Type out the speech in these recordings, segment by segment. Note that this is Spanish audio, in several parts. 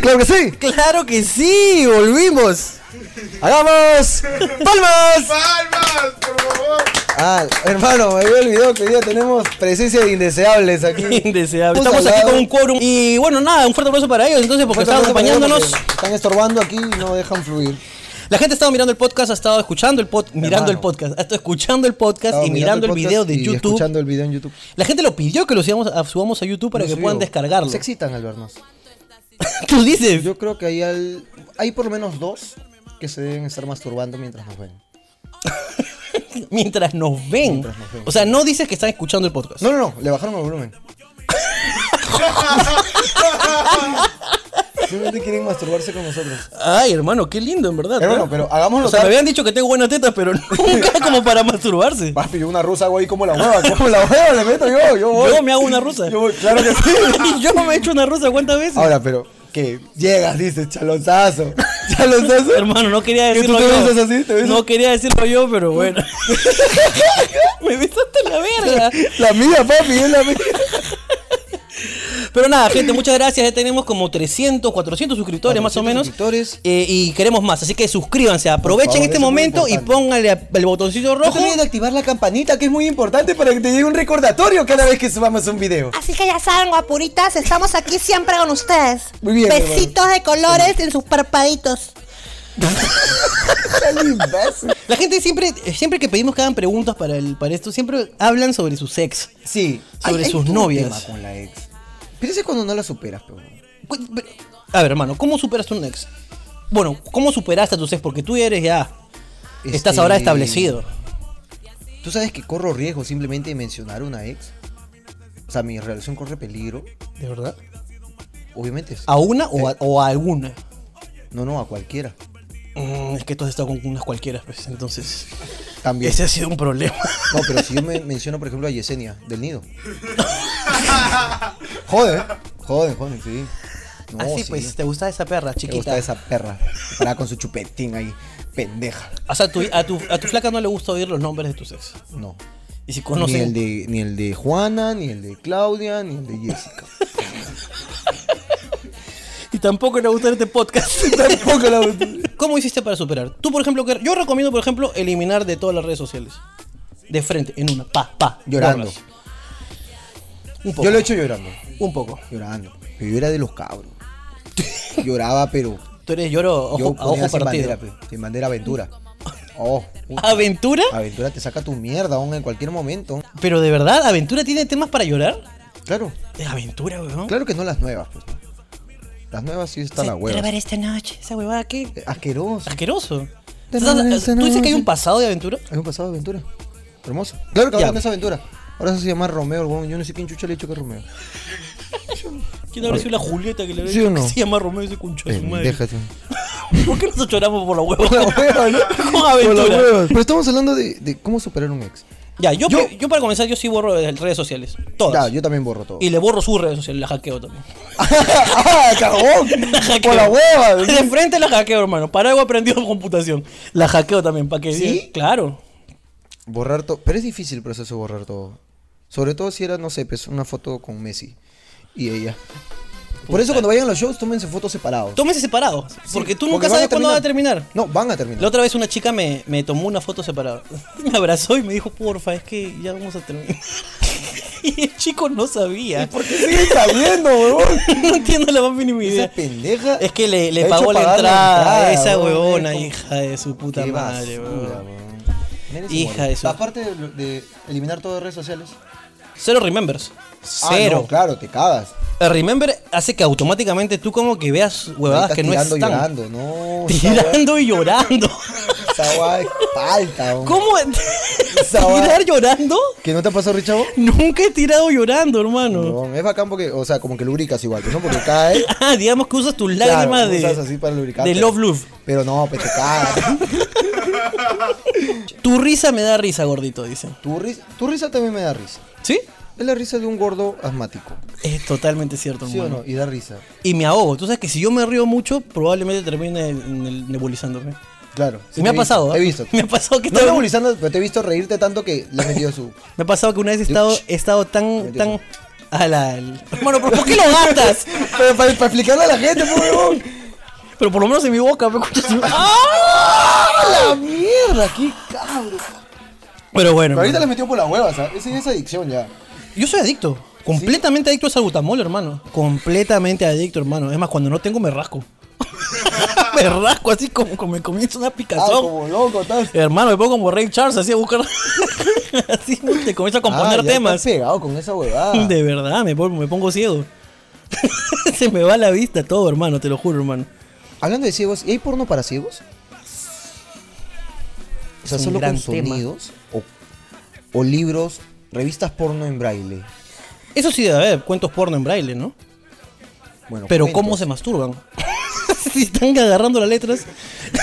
¡Claro que sí! ¡Claro que sí! ¡Volvimos! ¡Hagamos! ¡Palmas! ¡Palmas, por favor! Ah, hermano, me había olvidado que hoy día tenemos presencia de indeseables aquí. Indeseable. Puta Estamos aquí madre. con un quórum. Y bueno, nada, un fuerte aplauso para ellos, entonces, porque estaban acompañándonos. Están estorbando aquí y no dejan fluir. La gente ha estado mirando el podcast, ha estado escuchando el podcast, mirando Hermano. el podcast, ha estado escuchando el podcast Estaba y mirando el, podcast video de y YouTube. Escuchando el video en YouTube. La gente lo pidió que lo subamos a, subamos a YouTube para Lo que subió. puedan descargarlo. Se excitan al vernos. Tú dices. Yo creo que hay, al- hay por lo menos dos que se deben estar masturbando mientras nos ven. Mientras nos, ven. Mientras nos ven. O sea, no dices que están escuchando el podcast. No, no, no, le bajaron el volumen. Simplemente quieren masturbarse con nosotros. Ay, hermano, qué lindo, en verdad. Hermano, ¿eh? pero hagámoslo O sea, tal- me habían dicho que tengo buena teta, pero nunca como para masturbarse. Papi, yo una rusa hago ahí como la hueva, como la hueva le meto yo, yo voy. Yo me hago una rusa. Yo voy, claro que sí. Yo me he hecho una rusa, ¿cuántas veces? Ahora, pero, que llegas, dices, chalonzazo, chalonzazo. Hermano, no quería ¿Que tú decirlo te yo. besas así? ¿Te besas? No quería decirlo yo, pero bueno. me besaste en la verga. La mía, papi, es la mía. Pero nada, gente, muchas gracias. Ya tenemos como 300, 400 suscriptores más o 400 menos. suscriptores. Eh, y queremos más. Así que suscríbanse. Aprovechen favor, eso este es muy momento y importante. pónganle a- el botoncito No rojo. te olvides de activar la campanita, que es muy importante para que te llegue un recordatorio cada vez que subamos un video. Así que ya saben, guapuritas, estamos aquí siempre con ustedes. Muy bien, Besitos de colores en sus parpaditos. Ah, Qué imbécil. La gente siempre, siempre que pedimos que hagan preguntas para, el, para esto, siempre hablan sobre su sex. Sí, Sobre sus todo un novias. tema con la ex. Pero ese es cuando no la superas, pero. Pues, pero- A ver, hermano, ¿cómo superaste un ex? Bueno, ¿cómo superaste a tu ex? Porque tú eres ya. Estás Este, ahora establecido. ¿Tú sabes que corro riesgo simplemente de mencionar una ex? O sea, mi relación corre peligro. ¿De verdad? Obviamente. es- ¿A una o a, o a alguna? No, no, a cualquiera. Mm, es que tú has estado con unas cualquiera, pues, entonces. También. Ese ha sido un problema. No, pero si yo me menciono, por ejemplo, a Yesenia, del nido. Joder, joder, joder, sí. No, Así sí. pues, te gusta esa perra, Me chiquita. gusta esa perra. Parada con su chupetín ahí. Pendeja. O sea, tu- a, tu, a tu flaca no le gusta oír los nombres de tus ex. No. Y si Ni el, conocen. de, ni el de Juana, ni el de Claudia, ni el de Jessica. Y tampoco le gusta este podcast. Tampoco la ¿Cómo hiciste para superar? Tú, por ejemplo, que- yo recomiendo, por ejemplo, eliminar de todas las redes sociales. De frente, en una, pa, pa. Llorando. borras. Un poco. Yo lo he hecho llorando. Un poco. Llorando. Pero yo era de los cabros. Lloraba, pero. Tú eres lloro a yo ojo, ponía a ojo sin partido. bandera, pe, sin bandera aventura. Oh, puta. ¿Aventura? Aventura te saca tu mierda, aún en cualquier momento. Pero de verdad, ¿Aventura tiene temas para llorar? Claro, De aventura, weón. claro que no las nuevas, pues. ¿no? Las nuevas sí están la hueva. esta noche. Esa huevada que. Asqueroso. Asqueroso. Te Estás- no merece, ¿Tú dices no que hay un merece. pasado de aventura? Hay un pasado de aventura. Hermoso. Claro que ahora Ya. no es aventura. Ahora se llama Romeo, el huevón. Yo no sé quién chucha le he dicho que es Romeo. ¿Quién habrá sido la Julieta que le habrá ¿Sí dicho o no? que se llama Romeo y se conchó a su madre? Eh, Déjate. ¿Por qué nos choramos por la La hueva? hueva, ¿no? Con aventura. Por la hueva. Pero estamos hablando de, de cómo superar un ex. Ya, yo, Yo- yo para comenzar, yo sí borro de las redes sociales. Todas. Ya, yo también borro todo. Y le borro sus redes sociales, la hackeo también. ¡Ah, cagón! hackeo. ¡Por la hueva! De frente la hackeo, hermano. Para algo he aprendido computación. La hackeo también, para que ¿Sí? diga- Claro. Borrar todo. Pero es difícil el proceso de borrar todo. Sobre todo si era, no sé, pues una foto con Messi y ella. Por eso cuando vayan a los shows, tómense fotos separados. Tómese separados. Porque tú nunca Porque van sabes cuándo va a terminar. No, van a La terminar. otra vez una chica me, me tomó una foto separada. Me abrazó y me dijo, porfa, es que ya vamos a terminar. y el chico no sabía. ¿Por qué siguen saliendo, huevón? no entiendo la más mínima Esa idea. pendeja. Es que le, le ha hecho pagó la pagar entrada, a esa huevón. huevona, Es como- hija de su puta Qué madre, basura, huevón. huevón. Merece Hija morir. de su- Aparte de, lo- de eliminar todo de redes sociales. Cero remembers. Ah, Cero. no, claro, te cagas. El remember hace que automáticamente tú como que veas Ahí huevadas estás que no tirando están. y llorando, no. Tirando y llorando. Esa guay es falta, huevón. ¿Cómo? Esa hueá- ¿Tirar llorando? ¿Que no te ha pasado, Richavo? Nunca he tirado llorando, hermano. No, es bacán porque, o sea, como que lubricas igual, pues, ¿no? Porque cae. Ah, digamos que usas tus Claro, lágrimas de, usas así para lubricar, de pero- Love Love. Pero no, pues te cagas. Tu risa me da risa, gordito, dice. Tu, ris- tu risa también me da risa. ¿Sí? Es la risa de un gordo asmático. Es totalmente cierto, ¿Sí o hermano. no? Y da risa. Y me ahogo. Tú sabes que si yo me río mucho, probablemente termine en el- nebulizándome. Claro. sí me ha te he pasado, visto, ¿eh? He visto. Me ha pasado que No estaba- nebulizando, pero te he visto reírte tanto que le has metido su. Me ha pasado que una vez he estado, he estado tan, Yo- tan, A la... Hermano, ¿pero por qué lo gastas? Pero para, para explicarle a la gente, pues, huevón. Pero por lo menos en mi boca, me escuchas. ¡A la mierda! ¡Qué cabrón! Pero bueno. Pero ahorita les metió por las huevas, ¿ah? Esa es adicción ya. Yo soy adicto. Completamente adicto al salbutamol, hermano. Completamente adicto, hermano. Es más, cuando no tengo me rasco. me rasco así como, como me comienza una Ah, picazón. como loco, estás. Hermano, me pongo como Ray Charles así a buscar. así te comienzo a componer Ah, ya temas. estás pegado con esa huevada. De verdad, me, pon- me pongo ciego. Se me va la vista todo, hermano, te lo juro, hermano. Hablando de ciegos, ¿y hay porno para ciegos? O sea, Es un solo gran con tema. sonidos o, o libros, revistas porno en braille. Eso sí debe haber cuentos porno en braille, ¿no? Bueno, Pero cuentos. ¿cómo se masturban? si están agarrando las letras.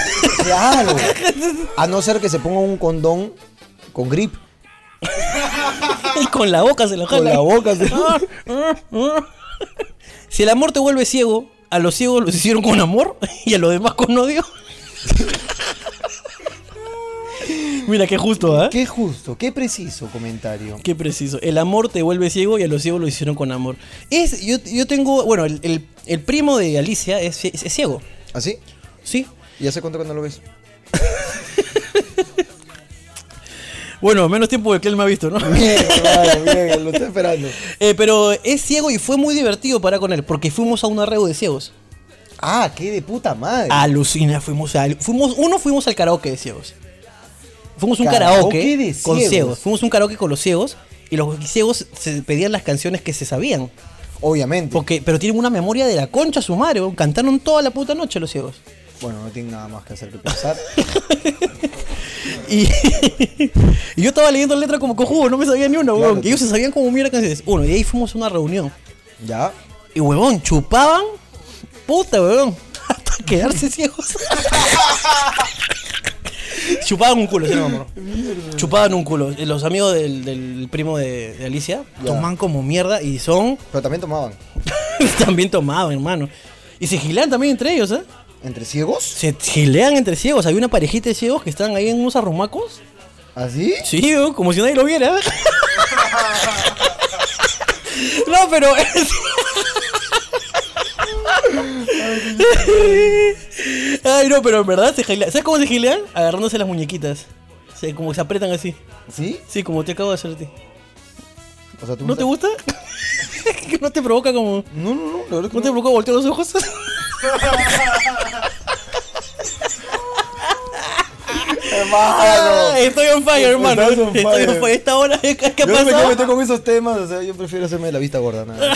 Claro. A no ser que se ponga un condón con grip. Y con la boca se lo Con jalan. la boca se- si el amor te vuelve ciego, a los ciegos los hicieron con amor y a los demás con odio. Mira, qué justo, ¿eh? Qué justo, qué preciso comentario. Qué preciso. El amor te vuelve ciego y a los ciegos lo hicieron con amor. Es, yo, yo tengo, bueno, el, el- el primo de Alicia es, cie- es ciego, ¿Así? ¿sí? ¿Ah, ¿Y hace cuánto que no lo ves? Bueno, menos tiempo que él me ha visto, ¿no? Bien, hermano, bien, lo estoy esperando. Eh, pero es ciego y fue muy divertido para con él, porque fuimos a un arreo de ciegos. Ah, qué de puta madre. Ah, Alucina, fuimos al. Fuimos, uno fuimos al karaoke de ciegos. Fuimos a un Karaoke karaoke, de con ciegos. ciegos. Fuimos a un karaoke con los ciegos y los ciegos se pedían las canciones que se sabían. Obviamente. Porque, pero tienen una memoria de la concha su madre, weón. cantaron toda la puta noche los ciegos. Bueno, no tiene nada más que hacer que pensar. Y, y yo estaba leyendo letras como cojudo, no me sabía ni una, Claro, weón. tú- Y ellos se sabían como mierda canciones. Uno, y ahí fuimos a una reunión. ya. Y huevón, chupaban. Puta, huevón. Hasta quedarse ciegos. chupaban un culo, sí, no, amor. Chupaban un culo. Eh, Los amigos del, del primo de, de Alicia Ya. toman como mierda y son. Pero también tomaban. también tomaban, hermano. Y se gilean también entre ellos, ¿eh? ¿Entre ciegos? Se gilean entre ciegos. Había una parejita de ciegos que están ahí en unos arrumacos. ¿Así? Sí, weón, como si nadie lo viera. No, pero. Ay, no, pero en verdad se gilean. ¿Sabes cómo se gilean? Agarrándose las muñequitas. Se, como que se apretan así. ¿Sí? Sí, como te acabo de hacer a ti. O sea, tú ¿No te gusta? ¿No te provoca como.? No, no, no, la verdad que ¿No te no. provoca voltear los ojos? Hermano. Estoy on fire, hermano. Estás on Estoy on fire. fire. Esta hora, ¿qué, qué ha Yo no me quiero pasado? meter con esos temas, o sea, yo prefiero hacerme la vista gorda, nada.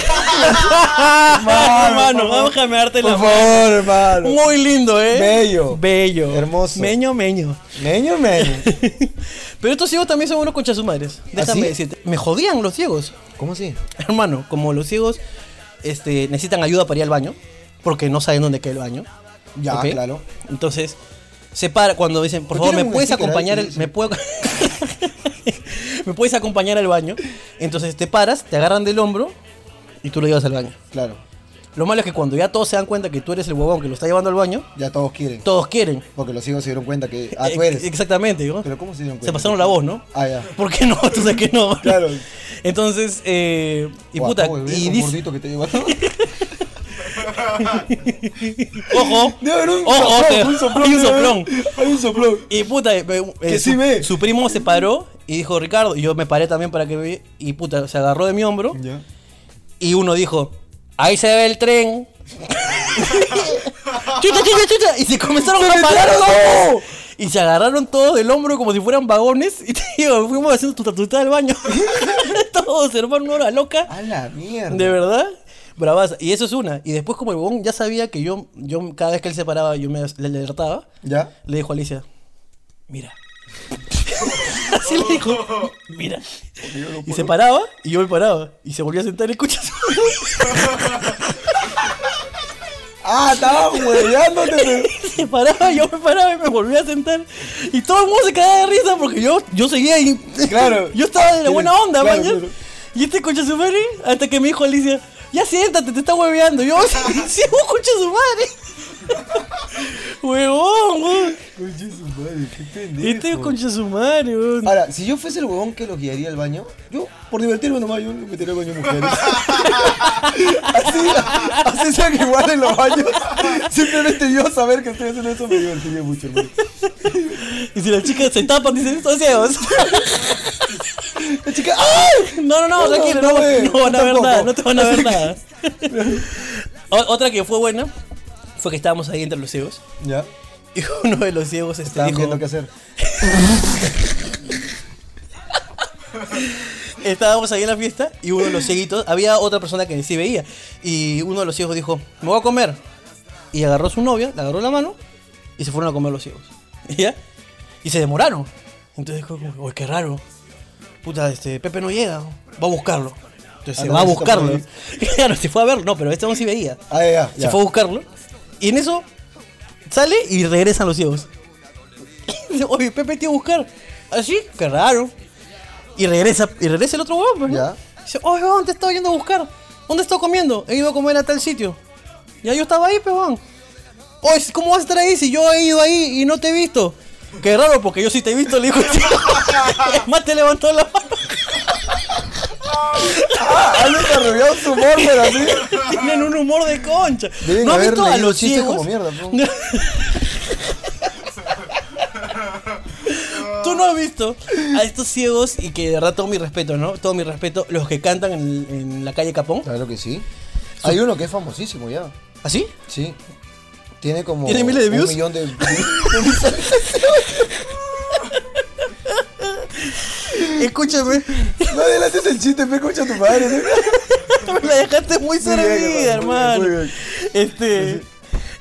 más. hermano, por favor. déjame darte la Por mano. favor, hermano. Muy lindo, ¿eh? Bello. Bello. Hermoso. Meño, meño. Meño, meño. Pero estos ciegos también son unos conchas sus madres. Déjame ¿Ah, sí? decirte. Me jodían los ciegos. ¿Cómo así? Hermano, como los ciegos este, necesitan ayuda para ir al baño, porque no saben dónde queda el baño. Ya, ¿ok? claro. Entonces, se para cuando dicen, por Pero favor, tiene ¿me un puedes sticker ahí acompañar que al, dice- me puedo- me puedes acompañar al baño? Entonces te paras, te agarran del hombro y tú lo llevas al baño. Claro. Lo malo es que cuando ya todos se dan cuenta que tú eres el huevón que lo está llevando al baño, Ya todos quieren. todos quieren. Porque los ciegos se dieron cuenta que. Ah, tú Ex- eres. Exactamente, digo. Pero ¿cómo se dieron cuenta? Se pasaron la voz, ¿no? Ah, ya. ¿Por qué no? Tú sabes que no. Claro. Entonces, eh, y Guau, puta, acabo de ver y un dice, gordito que te llevó. ojo, Debe haber un ojo, soplón, te- oh, un soplón, hay un debe haber- soplón. Hay un soplón. Y puta, eh, eh, Que sí su, ve. su primo se paró y dijo, Ricardo, y yo me paré también para que ve, y puta, se agarró de mi hombro, Ya. y uno dijo, ahí se ve el tren. chucha, chucha, chucha, y se comenzaron a parar metieron todos. Y se agarraron todos del hombro como si fueran vagones, y te digo, fuimos haciendo tu tatuita del baño. todos, hermano, una hora loca. A Ah, la mierda. ¿De verdad? Bravaza. Y eso es una. Y después, como el huevón ya sabía que yo, yo cada vez que él se paraba, yo me le alertaba, ¿Ya? le dijo a Alicia: Mira. Así le dijo: Mira. Y se paraba, y yo me paraba. Y se volvió a sentar y escucha. Ah, estaban hueveándote. se paraba, yo me paraba y me volvía a sentar. Y todo el mundo se cagaba de risa porque yo, yo seguía ahí. Claro. yo estaba de la buena onda, Claro, mañana. claro. Y este coche su madre, hasta que me dijo Alicia, ya siéntate, te está hueveando. Yo, sí, sí, un coche su madre. Huevón, huevón. Conche su madre, qué pendejo. Este es concha su madre, huevón. Ahora, si yo fuese el huevón que los guiaría al baño, yo, por divertirme nomás, yo lo metería al baño de mujeres. así, así sean igual en los baños. Simplemente yo saber que estoy haciendo eso me divertiría mucho, hermano. Y si las chicas se tapan, dicen, son ciegos. La chica, ¡ay! No, no, no, No, tranquilo, no, no, güey, no van a ver tampoco. nada, no te van a Así ver que- nada. O- Otra que fue buena fue que estábamos ahí entre los ciegos. Ya, Y uno de los ciegos este, estaban dijo, viendo qué hacer. estábamos ahí en la fiesta y uno de los cieguitos, había otra persona que sí veía. Y uno de los ciegos dijo, me voy a comer. Y agarró a su novia, le agarró la mano y se fueron a comer los ciegos. ¿Ya? Y se demoraron. Entonces dijo, como, uy, qué raro. Puta, este, Pepe no llega, va a buscarlo. Entonces Ah, se no, va a ese está por buscarlo. Claro, se fue a verlo, no, pero este aún sí veía. Ah, ya, ya. Se fue a buscarlo. Y en eso sale y regresan los ciegos. Dice, Oye, Pepe te iba a buscar. Así, qué raro. Y regresa, y regresa el otro huevón, pues, ¿no? Ya. Dice, oye, huevón, te estaba yendo a buscar. ¿Dónde estás comiendo? He ido a comer a tal sitio. Ya yo estaba ahí, pues, huevón. Oye, ¿cómo vas a estar ahí si yo he ido ahí y no te he visto? Qué raro, porque yo sí te he visto, le dijo el ciego. Es más, te levantó la mano. Ah, le desarrollado su humor, pero así. Tienen un humor de concha. Deben ¿No has haber visto a leído los chistes ciegos? como mierda, po. Tú no has visto a estos ciegos y que de verdad todo mi respeto, ¿no? Todo mi respeto, los que cantan en, en la calle Capón. Claro que sí. Hay uno que es famosísimo ya. ¿Así? ¿Ah, Sí. Tiene como. ¿Tiene miles de views? Un millón de views. Escúchame, no le haces el chiste, me escucha tu madre. ¿no? me la dejaste Muy muy bien, servida, hermano. muy bien. Este.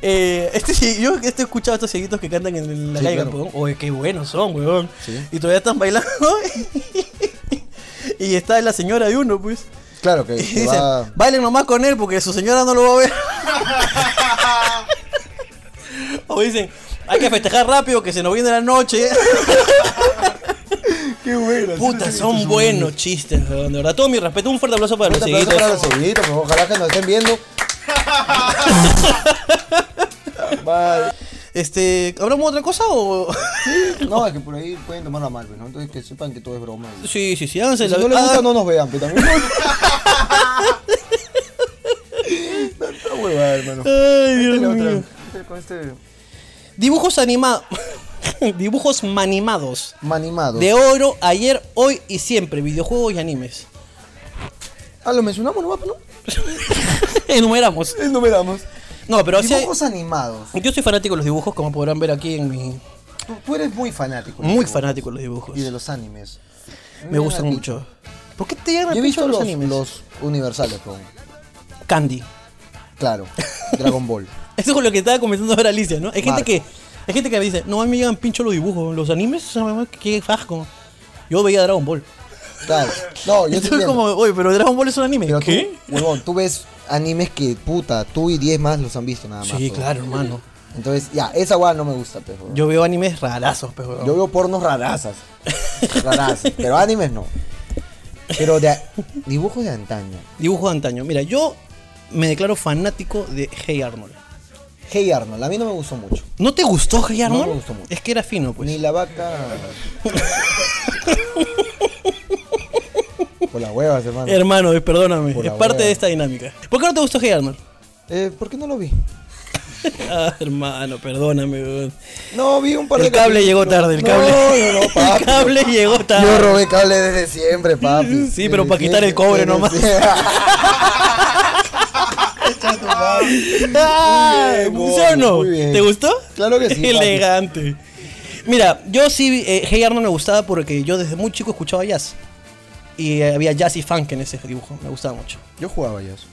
eh, este sí, yo este, he escuchado a estos cieguitos que cantan en la Sí, calle claro. Capón. Oye, qué buenos son, weón. Sí. Y todavía están bailando. y está la señora de uno, pues. Claro que, Y que dicen, Este, va. bailen nomás con él porque su señora no lo va a ver. o dicen, hay que festejar rápido que se nos viene la noche. Qué bueno. Puta, son buenos chistes, weón, de verdad. Todo mi respeto, un fuerte aplauso para los Un aplauso para seguidores. los seguiditos, ojalá que nos estén viendo. Vale. Este, ¿hablamos otra cosa o...? No, es que por ahí pueden tomarla mal, pues, ¿no? Entonces que sepan que todo es broma. Y sí, Ah. sí, sí, háganse Si la... no les gusta, hagan- no nos vean, pero también. Tanta huevada, hermano. Ay, Dios La mío. otra. Con este. Dibujos animados... Dibujos manimados. Manimado. De oro, ayer, hoy y siempre. Videojuegos y animes. Ah, lo mencionamos nomás, ¿no? Enumeramos. Enumeramos. No, pero sí hay- Dibujos animados. Yo soy fanático de los dibujos, como podrán ver aquí en mi. Tú, tú eres muy fanático. de Muy los fanático de los dibujos Y dibujos. de los animes. Me gustan a ti. mucho. ¿Por qué te llegan a Yo he visto los, los, los, animes? universales, con, Candy. claro. Dragon Ball. Eso es con lo que estaba comentando ahora Alicia, ¿no? Hay gente Marco. que. Hay gente que me dice, no, a mí me llegan pincho los dibujos. Los animes, o sea, qué asco. Yo veía Dragon Ball. Claro. No, Oh, yo te Entonces entiendo. como, oye, pero Dragon Ball es un anime. Pero ¿Qué? tú, huevón, tú ves animes que puta, tú y 10 más los han visto nada más. Sí, huevón. claro, hermano. Entonces, ya, esa weá no me gusta, pues, huevón. Yo veo animes rarazos, pero. Yo veo pornos rarazas. rarazas. Pero animes no. Pero de a- dibujos de antaño. Dibujos de antaño. Mira, yo me declaro fanático de Hey Arnold. Hey Arnold, a mí no me gustó mucho. ¿No te gustó Hey No me Arnold? gustó mucho. Es que era fino, pues. Ni la vaca. Por las huevas, hermano. Hermano, eh, perdóname, Por es la parte hueva. de esta dinámica. ¿Por qué no te gustó Hey Arnold? Eh, ¿Por qué no lo vi? Ah, hermano, perdóname, weón. No, vi un par de El cable capítulos. llegó tarde, el No, cable. No, no, papi. el cable llegó tarde. Yo robé cable desde siempre, papi. Sí, pero Desde para quitar el siempre, cobre desde nomás. siempre. Ah, Muy bien, ¿sí o no? muy bien. ¿Te gustó? Claro que sí, papi. Elegante. Mira, yo sí, eh, Hey Arnold me gustaba porque yo desde muy chico escuchaba jazz. Y eh, había jazz y funk en ese dibujo, me gustaba mucho. Yo jugaba ya eso.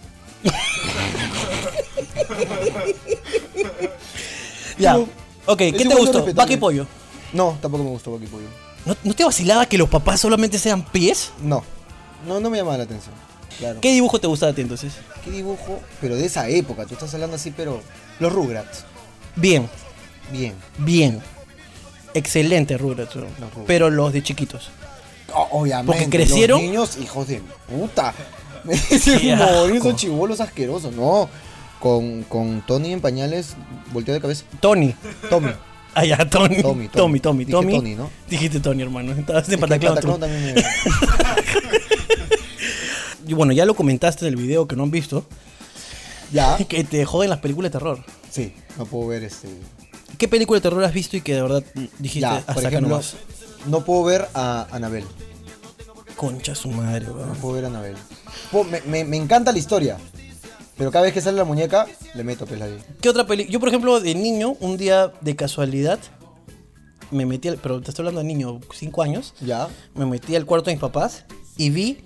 Ya. Pero- Ok, ¿qué es te igual de gustó? respetable. Vaca y pollo. No, tampoco me gustó Bucky Pollo. ¿No, ¿No te vacilaba que los papás solamente sean pies? No. No, no me llamaba la atención. Claro. ¿Qué dibujo te gustaba a ti entonces? ¿Qué dibujo? Pero de esa época, tú estás hablando así, pero. Los Rugrats. Bien. Bien. Bien. Excelente Rugrats, weón. Los Rugrats. pero los de chiquitos. O- obviamente. Porque crecieron- Los niños, hijos de puta. Me Qué dicen morir, asco. son chivolos asquerosos. No. con, con Tony en pañales, volteó de cabeza. Tony. Tommy. Allá, Tony. Tommy, Tommy, Tommy. Tommy, Tommy. Dije Tommy, Tony, ¿no? Dijiste Tony, hermano. Estabas en Es que Pataclao. Pataclón tú. también me- Y Bueno, ya lo comentaste en el video que no han visto. Ya. Que te joden las películas de terror. Sí, no puedo ver este. ¿Qué película de terror has visto y que de verdad mm, dijiste Ya, hasta por acá ejemplo, nomás? no puedo ver a Anabel. Concha su madre, No weón. puedo ver a Anabel. Po- Me, me- me encanta la historia. Pero cada vez que sale la muñeca, le meto pues la de- ¿Qué otra película? Yo, por ejemplo, de niño, un día de casualidad, me metí al. Pero te estoy hablando de niño, 5 años. Ya. Me metí al cuarto de mis papás y vi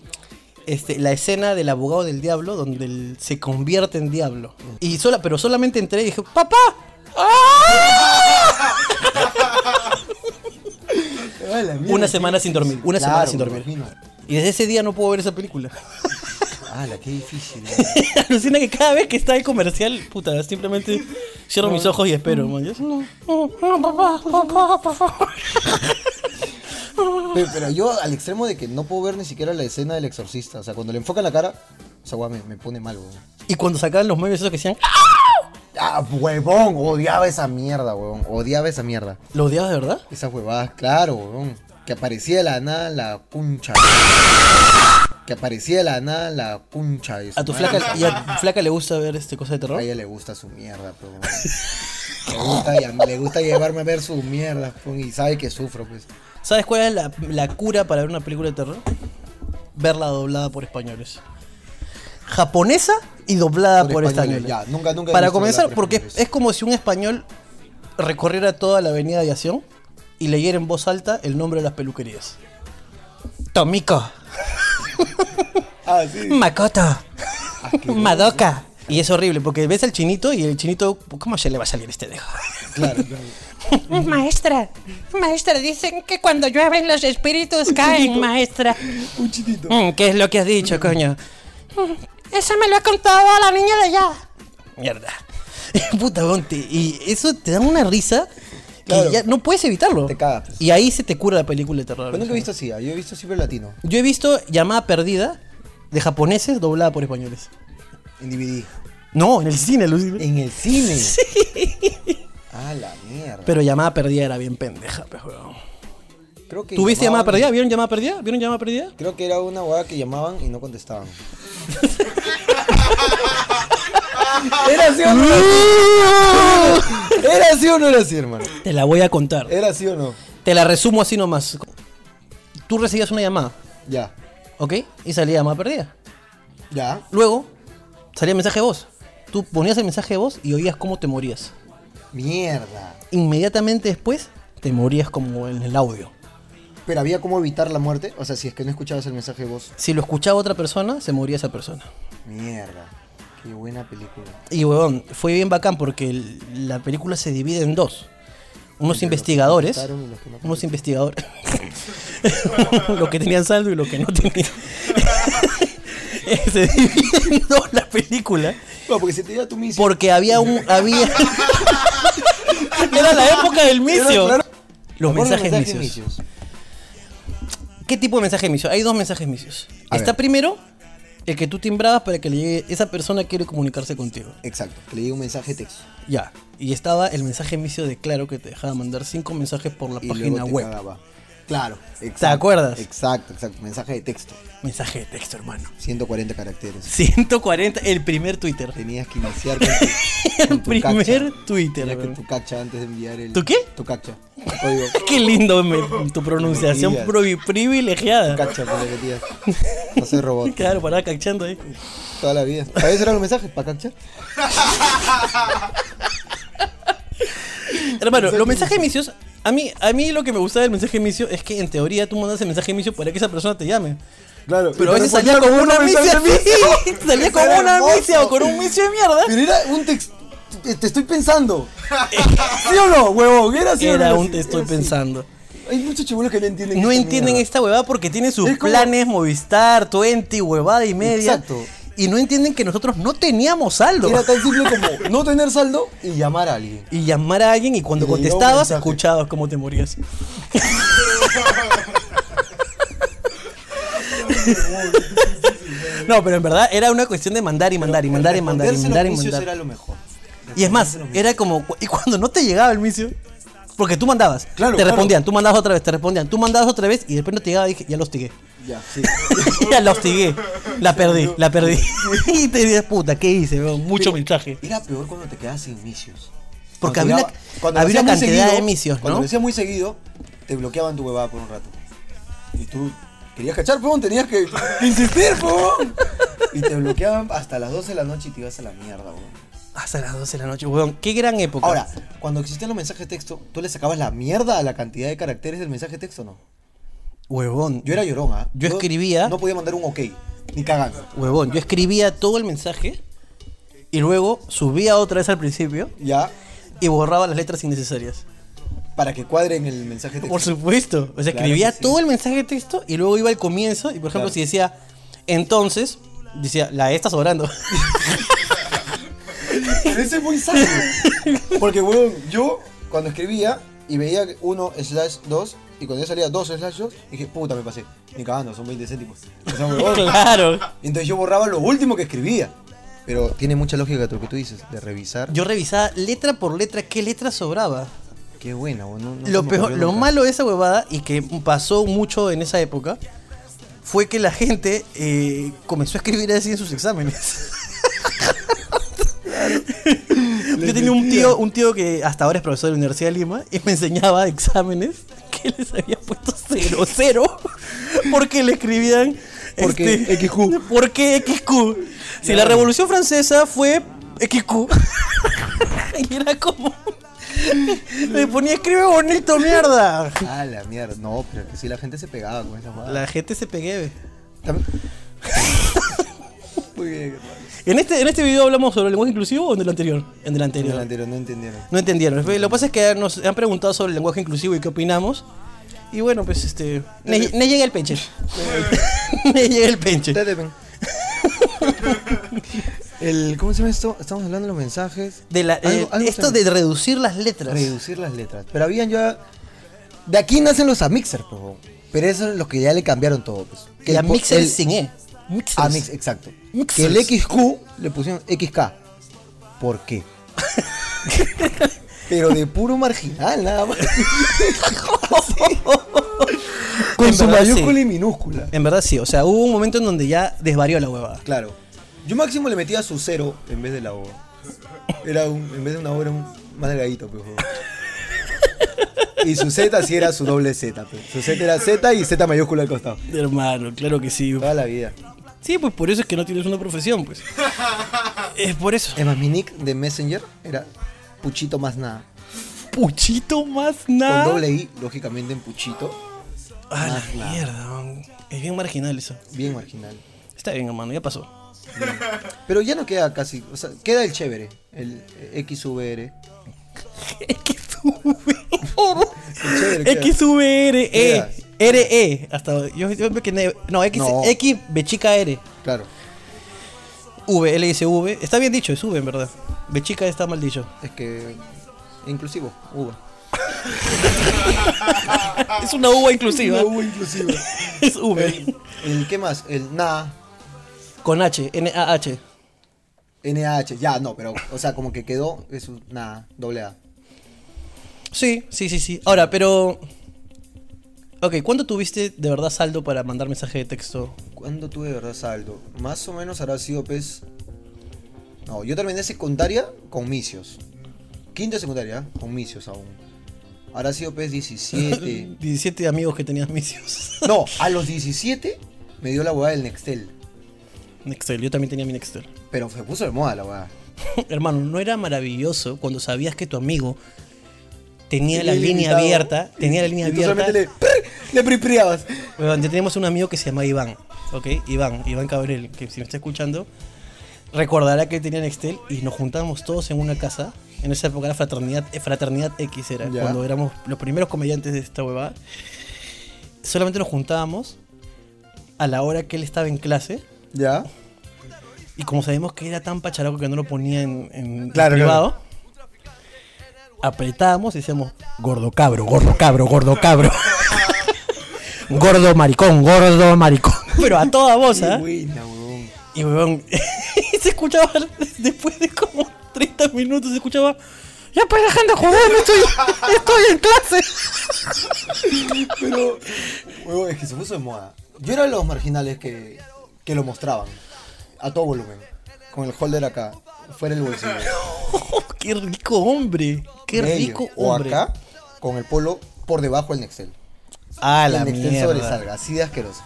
este, la escena del abogado del diablo donde él se convierte en diablo. Y sola, pero solamente entré y dije, ¡Papá! ¡Ah!". Una semana sin dormir. Una semana Claro, sin me dormir. imagino. Y desde ese día no puedo ver esa película. ¡Hala, qué difícil! ¿no? Alucina que cada vez que está el comercial, puta, simplemente cierro mis ojos y espero, man. Yo- Pero, pero yo al extremo de que no puedo ver ni siquiera la escena del exorcista. O sea, cuando le enfoca en la cara, esa weá me, me pone mal, weón. Y cuando sacaban los memes esos que decían, Ah, huevón, odiaba esa mierda, weón. Odiaba esa mierda. ¿lo odiabas de verdad? Esas huevadas, claro, weón. Que aparecía de la nada la puncha. Que aparecía de la nada la puncha. de su A tu madre. flaca, y a tu flaca le gusta ver este cosa de terror. A ella le gusta su mierda, pues. weón. Le gusta, ya- le gusta llevarme a ver su mierda, pues, y sabe que sufro, pues. ¿Sabes cuál es la, la cura para ver una película de terror? Verla doblada por españoles. Japonesa y doblada por, Por españoles, españoles. ya. Nunca- nunca he para visto comenzar, doblada por porque es, españoles. es como si un español recorriera toda la avenida de aviación y leyera en voz alta el nombre de las peluquerías. Tomiko, Ah, sí. Makoto, Ah, Madoka. Y es horrible porque ves al chinito y el chinito, ¿cómo se le va a salir este dejo? Claro, claro. Maestra, maestra, dicen que cuando llueven los espíritus caen, maestra. Un chitito. Mm, ¿Qué es lo que has dicho, coño? Eso me lo ha contado la niña de allá. Mierda. Puta, weón, te- y eso te da una risa que Claro. ya no puedes evitarlo. Te cagas, pues. Y ahí se te cura la película de terror. Pero nunca he visto así, ah, yo he visto siempre latino, Yo he visto Llamada Perdida de japoneses doblada por españoles. en DVD. No, en el cine, Lucille. En el cine. A la mierda. Pero Llamada Perdida era bien pendeja, pues, weón. Creo que ¿Tuviste Llamada llamaban- Perdida? ¿Vieron Llamada Perdida? ¿Vieron Llamada Perdida? Creo que era una hueá que llamaban y no contestaban. ¿Era así o no? ¿Era así o no era así, hermano? Te la voy a contar. ¿Era así o no? Te la resumo así nomás. Tú recibías una llamada, Ya. ¿ok? Y salía Llamada Perdida. Ya. Luego salía mensaje de voz. Tú ponías el mensaje de voz y oías cómo te morías. Mierda. inmediatamente después te morías como en el audio. Pero había cómo evitar la muerte. O sea, si es que no escuchabas el mensaje de voz. Si lo escuchaba otra persona, se moría esa persona. Mierda. Qué buena película. Y huevón, fue bien bacán porque el- la película se divide en dos. Unos investigadores, contestaron y los que no unos investigadores, los que tenían saldo y los que no tenían. se divide en dos la película No, porque si te iba tu misión. porque había un había era la época del misio. claro. Los mensajes misios. inicios. ¿Qué tipo de mensaje misios? Hay dos mensajes misios. A Está ver. primero el que tú timbrabas para que le llegue. Esa persona quiere comunicarse contigo. Exacto. Que le di un mensaje de texto. Ya. Y estaba el mensaje misio de Claro que te dejaba mandar cinco mensajes por la y página luego te web. cagaba. Claro, exacto. acuerdas? Exacto, exacto. Mensaje de texto. Mensaje de texto, hermano. 140 caracteres. 140, el primer Twitter. Tenías que iniciar con tu, El con tu primer cacha. Twitter, Tenías que weón. tu cacha antes de enviar el. ¿Tu qué? Tu cacha. El código. Qué lindo me- tu pronunciación Digas. provi- privilegiada. cacha, por la que tías. No soy robot. Claro, pará cachando ahí. Toda la vida. ¿Para eso eran los mensajes? ¿Para cachar? Hermano, los mensajes misios. A mí, a mí lo que me gusta del mensaje misio es que en teoría tú mandas el mensaje misio para que esa persona te llame. Claro. Pero a veces salía con una misia así, Salía con Era una hermoso. misia o con un misio de mierda. Pero era un texto. Te te estoy pensando. ¿Sí o no, huevón? Era así. o no Era un así? te estoy Era así. pensando. Hay muchos chibolos que no entienden No esta entienden mierda. esta huevada porque tienen sus Es como- planes, Movistar, 20, huevada y media. Exacto. Y no entienden que nosotros no teníamos este saldo. Era tan simple como no tener saldo y llamar a alguien. Y llamar a alguien y cuando Y le llegaba un contestabas, mensaje. escuchabas cómo te morías. No, pero en verdad era una cuestión de mandar y mandar y mandar y mandar y Responderse mandar y los vicios mandar. era lo mejor. Y es más, era como. cu- Y cuando no te llegaba el misio, porque tú mandabas, Claro, te claro. respondían, tú mandabas otra vez, te respondían, tú mandabas otra vez y después no te llegaba y dije, ya lo hostigué. Ya, sí. ya la hostigué. La perdí, la perdí. y te dices, puta, ¿qué hice? weón? Mucho mensaje. Era peor cuando te quedabas sin misios. Porque Cuando había te una- daba- cuando había lo una hacías muy cantidad de misios, Cuando ¿no? lo hacías muy seguido, te bloqueaban tu huevada por un rato. Y tú querías cachar, pebón, tenías que, que insistir, pebón. Y te bloqueaban hasta las 12 de la noche y te ibas a la mierda, weón. Hasta las 12 de la noche, weón. Qué gran época. Ahora, cuando existían los mensajes de texto, ¿tú le sacabas la mierda a la cantidad de caracteres del mensaje de texto o no? Huevón. Yo era llorón, ¿ah? Yo escribía- No podía mandar un ok, ni cagando. Huevón, yo escribía todo el mensaje y luego subía otra vez al principio Ya, y borraba las letras innecesarias. para que cuadren el mensaje de texto. Por supuesto. O sea, Claro escribía que sí. todo el mensaje de texto y luego iba al comienzo y, por ejemplo, Claro. si decía, entonces, decía, la E está sobrando. Pero ese es muy sabio. Porque, weón, yo cuando escribía y veía 1 slash 2, y cuando ya salía 2 slash 2, dije, puta, me pasé. Ni cagando, son 20 céntimos. O sea, weón. claro. Entonces yo borraba lo último que escribía. Pero tiene mucha lógica lo que tú dices, de revisar. Yo revisaba letra por letra qué letra sobraba. Qué buena, weón. no- no se lo, me peor- ocurrió lo nunca. malo de esa huevada y que pasó mucho en esa época fue que la gente eh, comenzó a escribir así en sus exámenes. Yo tenía un tío, un tío que hasta ahora es profesor de la Universidad de Lima y me enseñaba exámenes que les había puesto cero, cero, porque le escribían... este, Porque XQ. Porque XQ. Si la Revolución Francesa fue XQ. y era como... Le ponía escribe bonito, mierda. Ah, la mierda. No, pero que sí, la gente se pegaba con esa weón. La gente se pegué. Muy bien, hermano. En este, en este video hablamos sobre el lenguaje inclusivo o en el anterior. En el anterior. El anterior no entendieron. No entendieron. Lo que pasa es que nos han preguntado sobre el lenguaje inclusivo y qué opinamos. Y bueno, pues este. Ne, ne llega el penche. ne llega el penche. Ustedes ven. El, ¿Cómo se llama esto? Estamos hablando de los mensajes. De la, Algo- eh, algo se esto me- de reducir las letras. Reducir las letras. Pero habían ya. De aquí nacen los Amixer, pero. Pero eso es lo que ya le cambiaron todo, pues. y a el po- mixer el- sin E. Mixers. Amix, exacto. Mixers. Que el XQ le pusieron XK. ¿Por qué? pero de puro marginal, nada más. Con En su verdad, sí. mayúscula y minúscula. En verdad sí. O sea, hubo un momento en donde ya desvarió la huevada. Claro. Yo máximo le metía su cero en vez de la O. Era un, en vez de una O era un más delgadito, pues. huevón. Y su Z sí era su doble Z, pues. Su Z era Z y Z mayúscula al costado. Hermano, claro que sí. Toda la vida. Sí, pues por eso es que no tienes una profesión, pues. es por eso. Es más, mi nick de Messenger era Puchito más nada. Puchito más Con nada. doble I, lógicamente en Puchito. Ah, más la nada. mierda. man. Es bien marginal eso. Bien marginal. Está bien, hermano, ya pasó. Pero ya no queda casi. O sea, queda el chévere. El eh, XVR. El chévere queda. Mira. XVRE. RE. E, Hasta yo, yo me quedé. No, X, No. X, B chica R. Claro. V, L dice V. Está bien dicho, es V en verdad. B chica está mal dicho. Es que. Inclusivo. Uva. Ah. Es una uva inclusiva. Uva inclusiva. es V. El, el- ¿Qué más? El na, Con H, N A H. NH, ya, no, pero, o sea, como que quedó, es un na, doble A. Sí, sí, sí, sí. Ahora, pero. Ok, ¿cuándo tuviste de verdad saldo para mandar mensaje de texto? ¿Cuándo tuve de verdad saldo? Más o menos habrá sido, pues. No, yo terminé secundaria con misios. Quinta secundaria, ¿eh? con misios aún. Habrá sido, pues, 17. 17 amigos que tenías misios. No, a los 17 me dio la hueá del Nextel. Nextel, yo también tenía mi Nextel. Pero se puso de moda la hueá. Hermano, ¿no era maravilloso cuando sabías que tu amigo tenía Y la línea ilimitado. abierta? Tenía la línea Y tú abierta. solamente le, le pripriabas. Weón, ya teníamos un amigo que se llamaba Iván, ¿ok? Iván, Iván Cabrel, que si me está escuchando, recordará que él tenía Nextel y nos juntábamos todos en una casa. En esa época era Fraternidad, eh, Fraternidad X, era Ya. cuando éramos los primeros comediantes de esta huevada. Solamente nos juntábamos a la hora que él estaba en clase. Ya. Y como sabemos que era tan pacharaco que no lo ponía en, en Claro, privado, apretábamos y decíamos, gordo cabro, gordo cabro, gordo cabro. gordo maricón, gordo maricón. Pero a toda voz, Qué ¿ah? buena, huevón. Y weón, se escuchaba después de como 30 minutos, se escuchaba. Ya pues dejen de joder, me estoy, estoy en clase. Pero, huevón, es que se puso de moda. Yo era de los marginales que, que lo mostraban. A todo volumen. Con el holder acá. Fuera el bolsillo. Oh, qué rico hombre. Qué Medio. rico O hombre. acá, con el polo por debajo del Nextel. Ah, la el Nextel mierda. sobresalga. Así de asqueroso.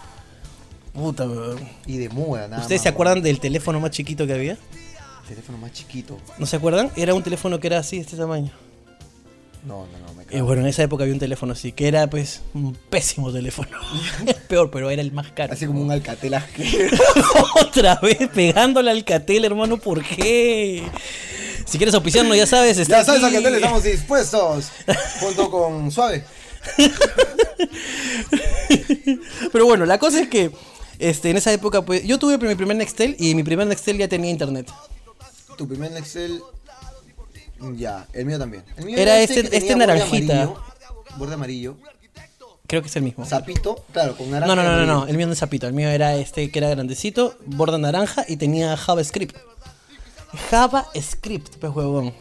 Puta, weón. Y de muda, nada ¿Ustedes más, se acuerdan del teléfono más chiquito que había? huevón. Teléfono más chiquito. ¿No se acuerdan? Era un teléfono que era así, de este tamaño. No, no, no, me cago. Y bueno, en esa época había un teléfono así, que era pues un pésimo teléfono. el peor, pero era el más caro. Así como un alcatel asqueroso. Otra vez pegándole al catel, hermano, ¿por qué? Si quieres auspiciarnos, ya sabes, está Ya sabes a aquí. qué tele estamos dispuestos. Junto con Suave. Pero bueno, la cosa es que este, en esa época, pues, yo tuve mi primer Nextel y mi primer Nextel ya tenía internet. Tu primer Nextel. Ya, el mío también. El mío Era que este- tenía este borde naranjita. amarillo, Borde amarillo. Creo que es el mismo. Zapito, claro, con naranja. No, no, no, no, amarillo. no, el mío no es zapito, el mío era este que era grandecito, borda naranja y tenía JavaScript. JavaScript, pues huevón.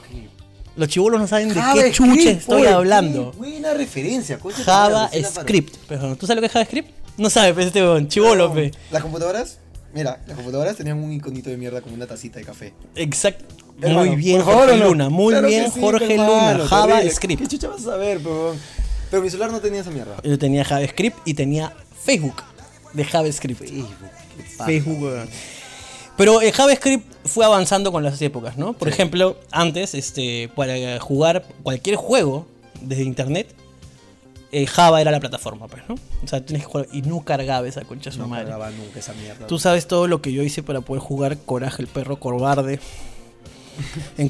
Los chivolos no saben de qué JavaScript, chucha estoy oye, hablando. qué Buena referencia, coche. JavaScript, pues, huevón. ¿Tú sabes lo que es JavaScript? No sabes, pues este huevón, chivolo, pe. Las computadoras, mira, las computadoras tenían un iconito de mierda como una tacita de café. Exacto. Hermano, muy bien, por favor, Jorge ¿o no? Luna, muy Claro que bien, sí, Jorge hermano, Luna, terrible. ¿Qué JavaScript. chucha vas a saber, pero, pero mi celular no tenía esa mierda. Yo tenía JavaScript y tenía Facebook de JavaScript. Facebook, qué paja. Facebook, weón. Pero eh, JavaScript fue avanzando con las épocas, ¿no? Por ejemplo, antes, este, para jugar cualquier juego desde internet, eh, Java era la plataforma, pues, ¿no? O sea, tienes que jugar y no cargaba esa concha de su No madre. cargaba nunca esa mierda. Tú sabes todo lo que yo hice para poder jugar Coraje el perro cobarde en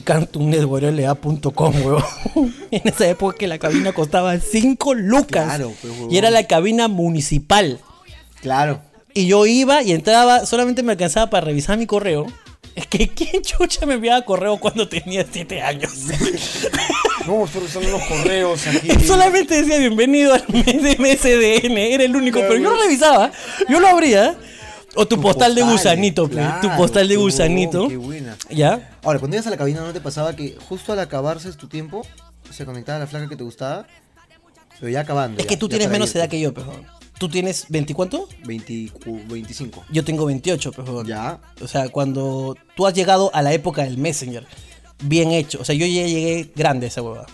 cartoonnetworla.com, weón. en esa época que la cabina costaba 5 lucas. Claro, pues, huevón. y era la cabina municipal. Claro. Y yo iba y entraba, solamente me alcanzaba para revisar mi correo. Es que ¿quién chucha me enviaba correo cuando tenía 7 años? No, pero son unos correos aquí. solamente decía bienvenido al mes de MSDN, era el único, pero yo lo revisaba, yo lo abría. O tu, postal, de postal, gusanito, pe, tu claro, postal de qué huevón, gusanito. qué buena. ¿Ya? Ahora, cuando ibas a la cabina, ¿no te pasaba que justo al acabarse tu tiempo se conectaba la flaca que te gustaba? Pero ya acabando. Es que tú tienes menos edad que yo, pejón. ¿Tú tienes 20 cuánto? 25. Yo tengo 28, pejón. Ya. O sea, cuando tú has llegado a la época del Messenger, bien hecho. O sea, yo ya llegué grande a esa huevada.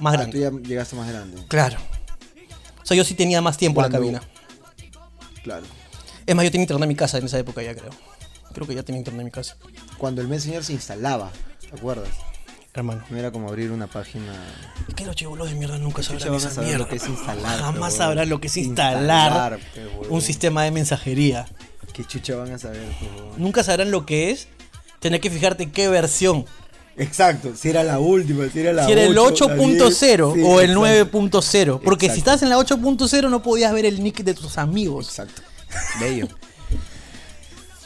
Más Ah, tú grande. ya llegaste más grande. Claro. O sea, yo sí tenía más tiempo en la Cuando- cabina. Claro. Es más, yo tenía internet en mi casa en esa época ya creo. Creo que ya tenía internet en mi casa. Cuando el Messenger se instalaba, ¿te acuerdas? Hermano. No era como abrir una página. Es que los chibolos de mierda nunca Chucha, sabrán van a esa saber mierda. lo que es hermano. instalar, Jamás pe, sabrán huevón. lo que es instalar, Instalar, pe, huevón. un sistema de mensajería. ¿Qué chucha van a saber? pues, huevón? Nunca sabrán lo que es tener que fijarte en qué versión. Exacto, si era la última, si era la si era el ocho, la diez, 8.0 sí, o el exacto. 9.0. Porque si Exacto. estás en la 8.0 no podías ver el nick de tus amigos. Exacto. Bello.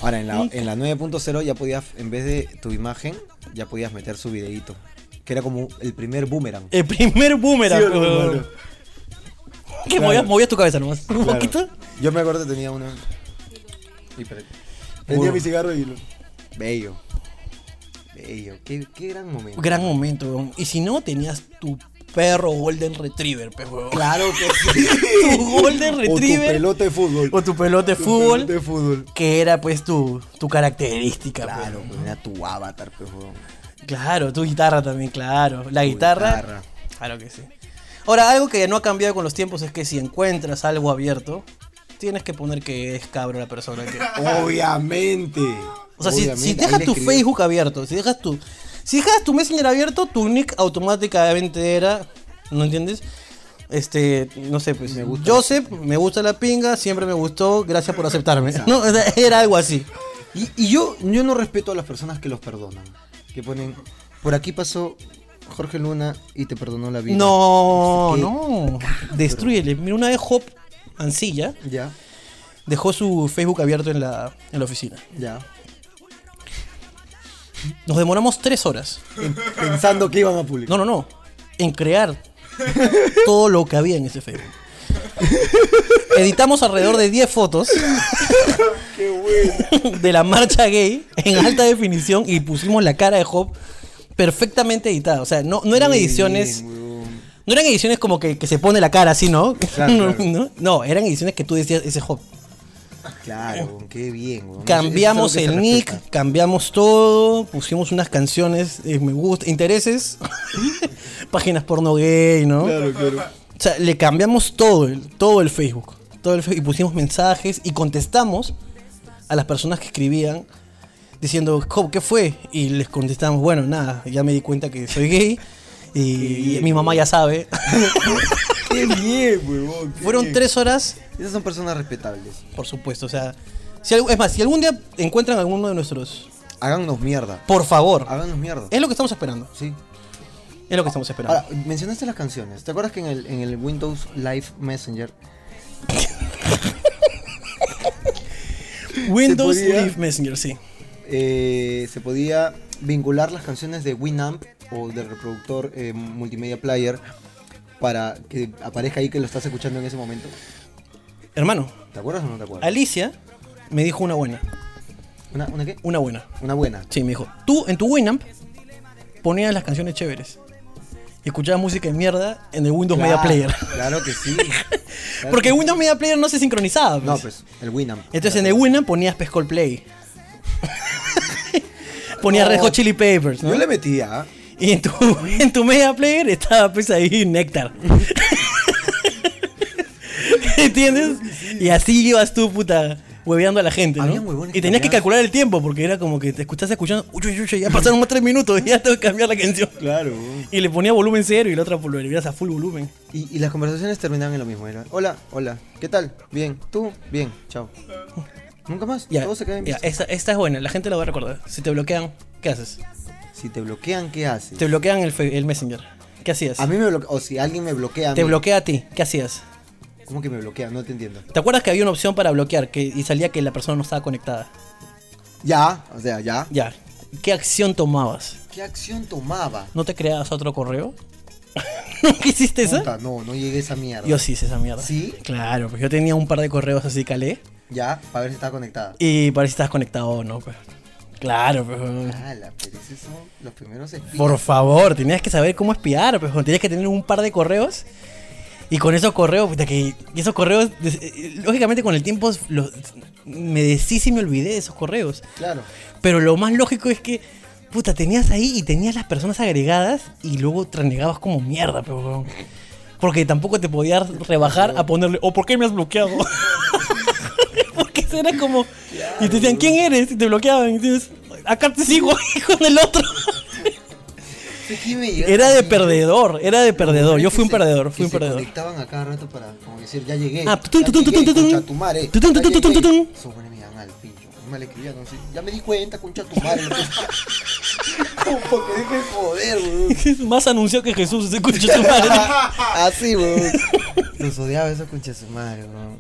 Ahora, en la, en la 9.0 ya podías, en vez de tu imagen, ya podías meter su videíto. Que era como el primer boomerang. El primer boomerang. Sí, o no, huevón. hermano. que Claro. movías, movías tu cabeza nomás. Un Claro. poquito. Yo me acuerdo que tenía uno. Y pre- prendía Bueno. mi cigarro y lo. Bello. Bello. Qué, qué gran momento. Gran momento, weón. Y si no, tenías tu perro Golden Retriever, pues, weón. Claro que sí. Tu Golden O tu Retriever. pelota de fútbol. O tu pelota de Tu fútbol. pelota de fútbol. Que era, pues, tu, tu característica, Claro, claro. pues, era tu avatar, pues, huevón. Claro, tu guitarra también, claro. La guitarra, guitarra. Claro que sí. Ahora, algo que no ha cambiado con los tiempos es que si encuentras algo abierto, tienes que poner que es cabro la persona que. Obviamente. O sea, si- si, Obviamente. Ahí dejas le tu escribí- Facebook abierto, si dejas tu. Si dejas tu Messenger abierto, tu nick automáticamente era. ¿No entiendes? Este, no sé, pues. Me gusta la Joseph, me gusta la pinga, siempre me gustó, gracias por aceptarme. No, o sea, era algo así. Y, y yo, yo no respeto a las personas que los perdonan. Que ponen, por aquí pasó Jorge Luna y te perdonó la vida. No, ¿Qué? no. Destruyele. Mira, una vez Hop Ancilla Ya, dejó su Facebook abierto en la, en la oficina. ya. Nos demoramos tres horas. En- pensando que iban a publicar. No, no, no. En crear todo lo que había en ese Facebook. Editamos alrededor de 10 fotos Qué bueno. de la marcha gay en alta definición y pusimos la cara de Job perfectamente editada. O sea, no, no eran ediciones. No eran ediciones como que, que se pone la cara así, ¿no? Claro, no, claro. no, no, eran ediciones que tú decías, ese Job. Claro, weón, qué bien. weón. Oh. Cambiamos Eso es lo el que se nick, respeta. cambiamos todo, pusimos unas canciones, eh, me gusta, intereses, páginas porno gay, ¿no? Claro, claro. O sea, le cambiamos todo el, todo el Facebook. Todo el Fe- y pusimos mensajes y contestamos a las personas que escribían diciendo, "Jo, ¿qué fue? Y les contestamos, bueno, nada, ya me di cuenta que soy gay y, mi mamá ya sabe. Qué bien, huevón. qué Fueron bien. tres horas, Esas son personas respetables. por supuesto. O sea, si, al- es más, si algún día encuentran alguno de nuestros, Háganos mierda. por favor, Háganos mierda. es lo que estamos esperando. Sí. Es lo que estamos esperando. Ahora, mencionaste las canciones. ¿Te acuerdas que en el, en el Windows Live Messenger Windows ¿se podía? Live Messenger, sí. eh, se podía vincular las canciones de Winamp o del reproductor eh, multimedia player para que aparezca ahí que lo estás escuchando en ese momento? Hermano, ¿Te acuerdas o no te acuerdas? Alicia me dijo una buena. ¿Una, una qué? Una buena. Una buena. Sí, me dijo, tú en tu Winamp ponías las canciones chéveres. Y escuchabas música de mierda en el Windows Media Claro, Player. Claro que sí. Claro Porque que- Windows Media Player no se sincronizaba. pues. No, pues, el Winamp. Entonces en el Winamp ponías Pescol Play. ponías No. Red Hot Chili Papers, ¿no? Yo le metía. ¿ah? Y en tu, en tu Media Player estaba pues ahí Néctar. ¿Entiendes? Y así ibas tú, puta, hueveando a la gente, ¿no? Habían huevones Y que tenías que cambiaban. calcular el tiempo, porque era como que te escuchaste escuchando, uy, uy, uy, ya pasaron más tres minutos, ya tengo que cambiar la canción. Claro. Y le ponía volumen cero y la otra lo elevabas a full volumen. Y, y las conversaciones terminaban en lo mismo. Era, hola, hola, ¿qué tal? Bien, tú, bien, chao. Nunca más. Ya, Todo se queda en ya, visto. esta, esta es buena, la gente la va a recordar. Si te bloquean, ¿qué haces? Si te bloquean, ¿qué haces? Te bloquean el, fe- el Messenger, ¿qué hacías? A mí me bloquean. O si alguien me bloquea. a Te mí. bloquea a ti, ¿qué hacías? ¿Cómo que me bloquea? No te entiendo. ¿Te acuerdas que había una opción para bloquear que, y salía que la persona no estaba conectada? Ya, o sea, ya. Ya. ¿Qué acción tomabas? ¿Qué acción tomaba? ¿No te creabas otro correo? ¿No hiciste eso? Puta, no, no llegué a esa mierda. Yo sí hice esa mierda. ¿Sí? Claro, pues yo tenía un par de correos así calé Ya, para ver si estaba conectada. y para ver si estabas conectado o no, pues. Claro, pues. Ala, pero esos son los primeros espías. Por favor, tenías que saber cómo espiar, pues. Tenías que tener un par de correos y con esos correos, puta, que y esos correos, des- eh, lógicamente con el tiempo los- me deshice y me olvidé de esos correos. Claro. Pero lo más lógico es que, puta, tenías ahí y tenías las personas agregadas y luego te renegabas como mierda, pero weón. Porque tampoco te podías rebajar a ponerle, o ¿por qué me has bloqueado? Porque eso era como. Y te decían, ¿quién eres? Y te bloqueaban. Y dices, acá te sigo, hijo del otro. Aquí me llegaba Era de así, perdedor, era de perdedor. que Yo fui un se- perdedor, que fui un se perdedor. conectaban a cada rato para como decir, ya llegué. Ah, ya tun, tun, tun, llegué, tun, tun, concha tun. tu madre, Tun, tun, ya tun, tun, llegué. tun, tun. Esos buenos me daban al pincho, me malcriaban, así, Ya me di cuenta, concha tu madre. Como que deje de joder, weón. Más anunció que Jesús, ese coche de su madre. Así, weón. Los odiaba esos conchas de su madre, weón.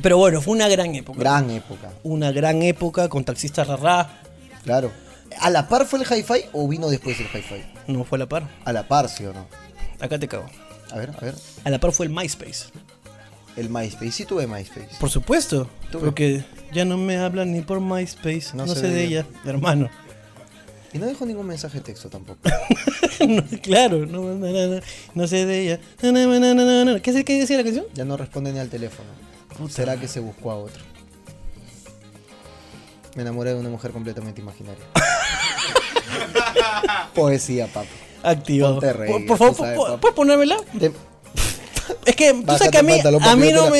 Pero bueno, fue una gran época. Gran época, Una gran época con taxistas rarra. claro. ¿A la par fue el hi-fi o vino después el hi-fi? No fue a la par. A la par, sí o no. Acá te cago. A ver, a ver. A la par fue el MySpace. El MySpace, sí tuve MySpace. Por supuesto. Tuve. Porque ya no me hablan ni por MySpace. No, No sé de ella, hermano. Y no dejó ningún mensaje de texto tampoco. No, claro, no, no, no, no, no sé de ella. No, no, no, no, no, no. ¿Qué, es- qué decía la canción? Ya no responde ni al teléfono. ¿Será que se buscó a otro? Me enamoré de una mujer completamente imaginaria. Poesía, papo. Activado. Ponte a reír, Por- por tú favor, sabes, po- papá. ¿puedes ponérmela? Te- Es que tú sabes bájate que a el mí, pantalón a porque mí yo no te me.